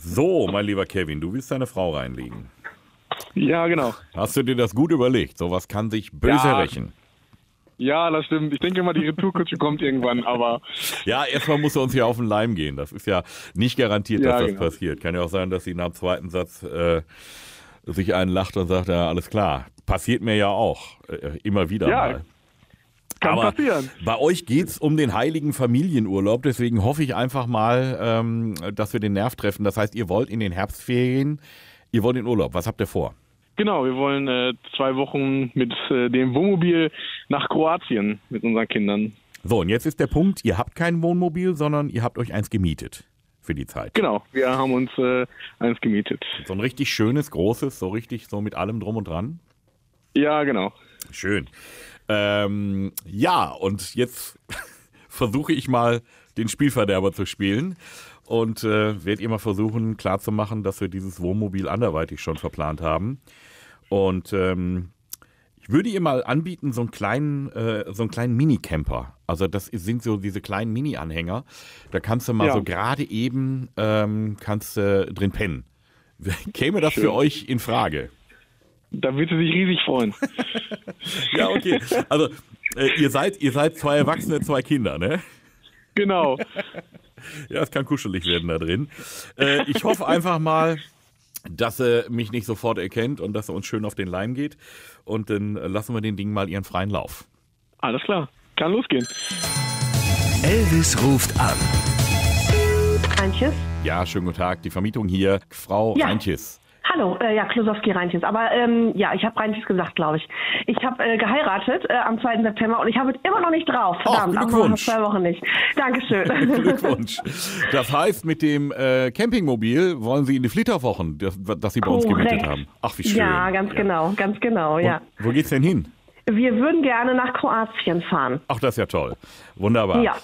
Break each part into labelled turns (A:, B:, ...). A: So, mein lieber Kevin, du willst deine Frau reinlegen.
B: Ja, genau.
A: Hast du dir das gut überlegt? Sowas kann sich böse
B: Ja.
A: rächen.
B: Ja, das stimmt. Ich denke mal, die Retourkutsche kommt irgendwann, aber
A: Ja, erstmal muss er uns hier auf den Leim gehen. Das ist ja nicht garantiert,
B: Ja,
A: dass das
B: genau.
A: passiert. Kann ja auch sein, dass sie nach dem zweiten Satz äh, sich einen lacht und sagt, ja, alles klar. Passiert mir ja auch. Äh, immer wieder
B: Ja,
A: mal.
B: kann
A: Aber
B: passieren.
A: bei euch geht's um den heiligen Familienurlaub, deswegen hoffe ich einfach mal, ähm, dass wir den Nerv treffen. Das heißt, ihr wollt in den Herbstferien, ihr wollt in Urlaub. Was habt ihr vor?
B: Genau, wir wollen äh, zwei Wochen mit äh, dem Wohnmobil nach Kroatien mit unseren Kindern.
A: So, und jetzt ist der Punkt, ihr habt kein Wohnmobil, sondern ihr habt euch eins gemietet für die Zeit.
B: Genau, wir haben uns äh, eins gemietet.
A: So ein richtig schönes, großes, so richtig, so mit allem drum und dran.
B: Ja, genau.
A: Schön. Ähm, ja, und jetzt versuche ich mal den Spielverderber zu spielen und äh, werde ihr mal versuchen klarzumachen, dass wir dieses Wohnmobil anderweitig schon verplant haben. Und ähm, ich würde ihr mal anbieten, so einen kleinen, äh, so einen kleinen Minicamper. Also das sind so diese kleinen Mini-Anhänger. Da kannst du mal
B: Ja.
A: so gerade eben ähm, kannst, äh, drin pennen. Käme das für euch in Frage?
B: Da wird sie sich riesig freuen.
A: Ja, okay. Also, äh, ihr, seid, ihr seid zwei Erwachsene, zwei Kinder, ne?
B: genau.
A: Ja, es kann kuschelig werden da drin. Äh, ich hoffe einfach mal, dass er mich nicht sofort erkennt und dass er uns schön auf den Leim geht. Und dann äh, lassen wir den Ding mal ihren freien Lauf.
B: Alles klar. Kann losgehen.
C: Elvis ruft an.
D: Reintjes.
A: Ja, schönen guten Tag, die Vermietung hier. Frau
D: Ja.
A: Reintjes.
D: Hallo, äh, ja, Klosowski Reintjes. Aber ähm, ja, ich habe Reintjes gesagt, glaube ich. Ich habe äh, geheiratet äh, am 2. September und ich habe es immer noch nicht drauf. Verdammt, auch noch
A: Glückwunsch.
D: zwei Wochen nicht. Dankeschön.
A: Glückwunsch. Das heißt, mit dem äh, Campingmobil wollen Sie in die Flitterwochen, das, das Sie bei uns gemietet
D: Korrekt.
A: haben. Ach, wie schön.
D: Oh, Ja, ganz genau, ganz genau,
A: Und
D: ja.
A: Wo geht's denn hin?
D: Wir würden gerne nach Kroatien fahren.
A: Ach, das ist ja toll. Wunderbar.
D: Ja,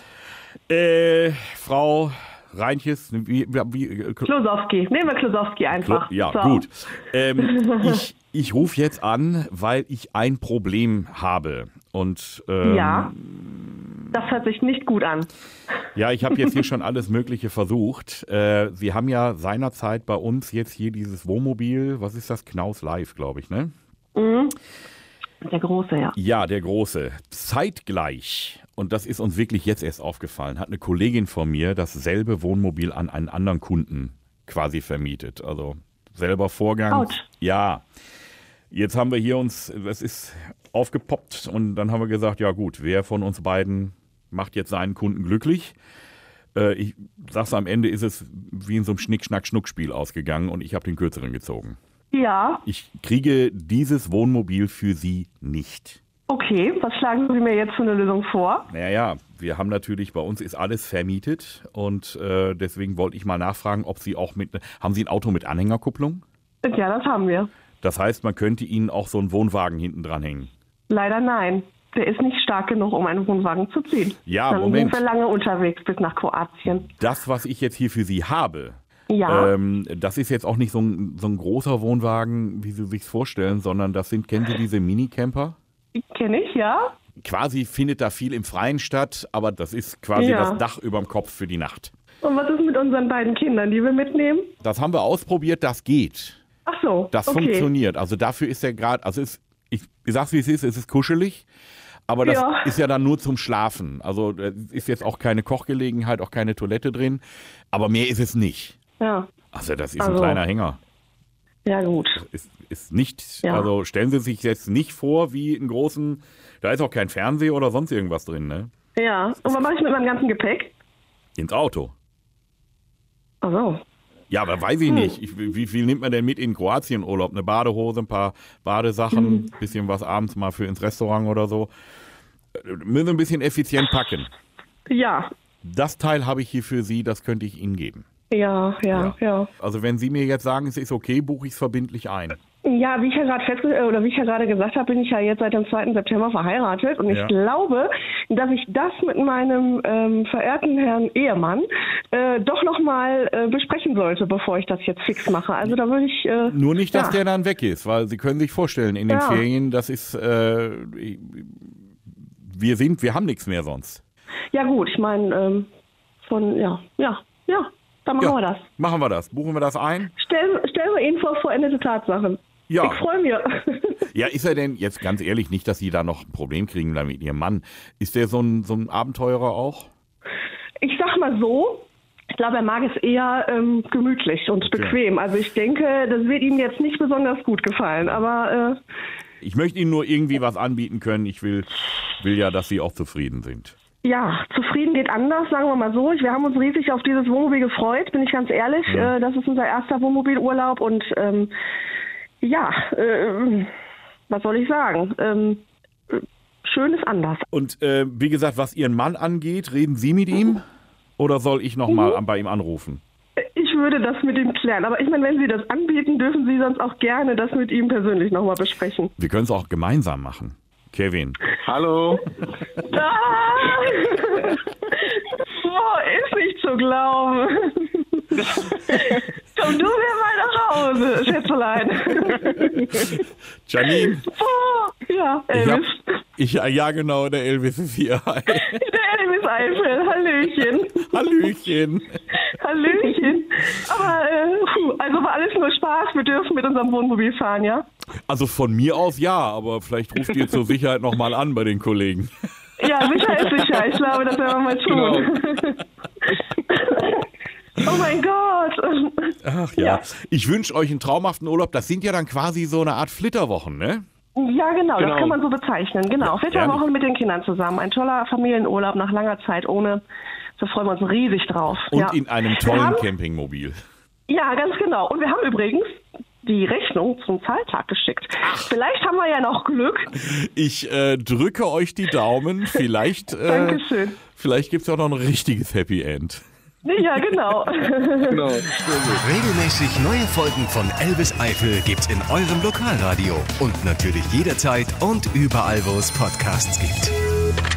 A: Äh, Frau Reintjes, wie, wie,
D: Klosowski. Nehmen wir Klosowski einfach.
A: ja,
D: So.
A: gut. Ähm, ich ich rufe jetzt an, weil ich ein Problem habe. Und ähm,
D: Ja. Das hört sich nicht gut an.
A: ja, ich habe jetzt hier schon alles Mögliche versucht. Äh, Sie haben ja seinerzeit bei uns jetzt hier dieses Wohnmobil, was ist das? Knaus Live, glaube ich, ne?
D: Der Große, ja.
A: Ja, der Große. Zeitgleich, und das ist uns wirklich jetzt erst aufgefallen, hat eine Kollegin von mir dasselbe Wohnmobil an einen anderen Kunden quasi vermietet. Also selber Vorgang.
D: Autsch.
A: Ja. Jetzt haben wir hier uns, es ist aufgepoppt und dann haben wir gesagt, ja gut, wer von uns beiden macht jetzt seinen Kunden glücklich? Äh, Ich sag's am Ende, ist es wie in so einem Schnick-Schnack-Schnuck-Spiel ausgegangen und ich habe den kürzeren gezogen.
D: Ja,
A: Ich kriege dieses Wohnmobil für Sie nicht.
D: okay. Was schlagen Sie mir jetzt für eine Lösung vor?
A: Naja, wir haben natürlich, bei uns ist alles vermietet und äh, deswegen wollte ich mal nachfragen, ob Sie auch mit, haben Sie ein Auto mit Anhängerkupplung?
D: Ja, das haben wir.
A: Das heißt, man könnte Ihnen auch so einen Wohnwagen hinten dran hängen.
D: Leider nein. Der ist nicht stark genug, um einen Wohnwagen zu ziehen.
A: Ja,
D: Dann
A: Moment.
D: sind wir lange unterwegs bis nach Kroatien.
A: Das, was ich jetzt hier für Sie habe,
D: Ja.
A: ähm, das ist jetzt auch nicht so ein, so ein großer Wohnwagen, wie Sie sich's vorstellen, sondern das sind, kennen Sie diese Minicamper?
D: Kenne ich, ja?
A: Quasi findet da viel im Freien statt, aber das ist quasi
D: Ja.
A: das Dach überm Kopf für die Nacht.
D: Und was ist mit unseren beiden Kindern, die wir mitnehmen?
A: Das haben wir ausprobiert, das geht.
D: Ach so.
A: Das
D: okay.
A: funktioniert. Also dafür ist der Grad, also es, ich, ich sag's wie es ist, es ist kuschelig, aber das
D: Ja.
A: ist ja dann nur zum Schlafen. Also da ist jetzt auch keine Kochgelegenheit, auch keine Toilette drin, aber mehr ist es nicht.
D: Ja.
A: Also das ist ein
D: Also.
A: kleiner Hänger.
D: Ja, gut.
A: Ist, ist nicht,
D: Ja.
A: also stellen Sie sich jetzt nicht vor, wie einen großen, da ist auch kein Fernseher oder sonst irgendwas drin, ne?
D: Ja. Und was mache ich mit meinem ganzen Gepäck?
A: Ins Auto.
D: Ach so.
A: Ja, aber weiß ich
D: Hm.
A: nicht. Ich, wie viel nimmt man denn mit in Kroatien Urlaub? Eine Badehose, ein paar
D: Hm.
A: Badesachen, bisschen was abends mal für ins Restaurant oder so. Äh, Müssen ein bisschen effizient packen.
D: Ja.
A: Das Teil habe ich hier für Sie, das könnte ich Ihnen geben.
D: Ja, ja, ja.
A: Also wenn Sie mir jetzt sagen, es ist okay, buche ich es verbindlich ein.
D: Ja, wie ich ja gerade festge- äh, oder wie ich ja gerade gesagt habe, bin ich ja jetzt seit dem 2. September verheiratet und
A: Ja.
D: ich glaube, dass ich das mit meinem ähm, verehrten Herrn Ehemann äh, doch nochmal äh, besprechen sollte, bevor ich das jetzt fix mache. Also da würde ich äh,
A: Nur nicht, dass
D: ja.
A: der dann weg ist, weil Sie können sich vorstellen, in den
D: Ja.
A: Ferien, das ist, äh, wir sind, wir haben nichts mehr sonst.
D: Ja gut, ich meine ähm, von ja, ja, ja. Dann machen wir das.
A: Machen wir das. Buchen wir das ein?
D: Stell, stellen wir ihn vor vollendete Tatsachen.
A: Ja.
D: Ich freue mich.
A: Ja, ist er denn jetzt ganz ehrlich nicht, dass Sie da noch ein Problem kriegen mit Ihrem Mann? Ist der so ein, so ein Abenteurer auch?
D: Ich sag mal so, ich glaube, er mag es eher ähm, gemütlich und bequem. Also ich denke, das wird ihm jetzt nicht besonders gut gefallen. Aber äh,
A: Ich möchte Ihnen nur irgendwie was anbieten können. Ich will, will ja, dass Sie auch zufrieden sind.
D: äh, ja, zufrieden geht anders, sagen wir mal so. Ich- Wir haben uns riesig auf dieses Wohnmobil gefreut, bin ich ganz ehrlich. Äh, das ist unser erster Wohnmobilurlaub und ähm, ja, äh, was soll ich sagen? Ähm, äh, schön ist anders.
A: Und äh, wie gesagt, was Ihren Mann angeht, reden Sie mit ihm? Oder soll ich nochmal mal an- bei ihm anrufen?
D: Ich würde das mit ihm klären. Aber ich meine, wenn Sie das anbieten, dürfen Sie sonst auch gerne das mit ihm persönlich nochmal besprechen.
A: Wir können es auch gemeinsam machen. Kevin.
B: Hallo.
D: Ah! Boah, ist nicht zu glauben. Komm du mir mal nach Hause, Schätzelein.
A: Janine.
D: Boah, ja, Elvis.
A: ich, ja, genau, der Elvis ist hier.
D: Der Elvis Eifel, Hallöchen.
A: Hallöchen.
D: Hallöchen. Aber, äh, puh, also war alles nur Spaß. Wir dürfen mit unserem Wohnmobil fahren, ja?
A: Also von mir aus ja, aber vielleicht ruft ihr zur Sicherheit nochmal an bei den Kollegen.
D: Ja, sicher ist sicher. Ich glaube, das werden wir mal tun. Oh mein Gott.
A: Ach
D: ja.
A: Ich wünsche euch einen traumhaften Urlaub. Das sind ja dann quasi so eine Art Flitterwochen, ne?
D: Ja, genau,
B: Genau.
D: das kann man so bezeichnen. Genau,
A: gerne.
D: Flitterwochen mit den Kindern zusammen. Ein toller Familienurlaub nach langer Zeit ohne. Da freuen wir uns riesig drauf.
A: Und
D: ja.
A: in einem
D: wir
A: tollen
D: haben,
A: Campingmobil.
D: Ja, ganz genau. Und wir haben übrigens die Rechnung zum Zahltag geschickt. Vielleicht haben wir ja noch Glück.
A: Ich äh, drücke euch die Daumen. Vielleicht, äh,
D: Dankeschön.
A: vielleicht gibt es ja auch noch ein richtiges Happy End.
D: Ja, genau.
B: Genau.
C: Regelmäßig neue Folgen von Elvis Eifel gibt's in eurem Lokalradio und natürlich jederzeit und überall, wo es Podcasts gibt.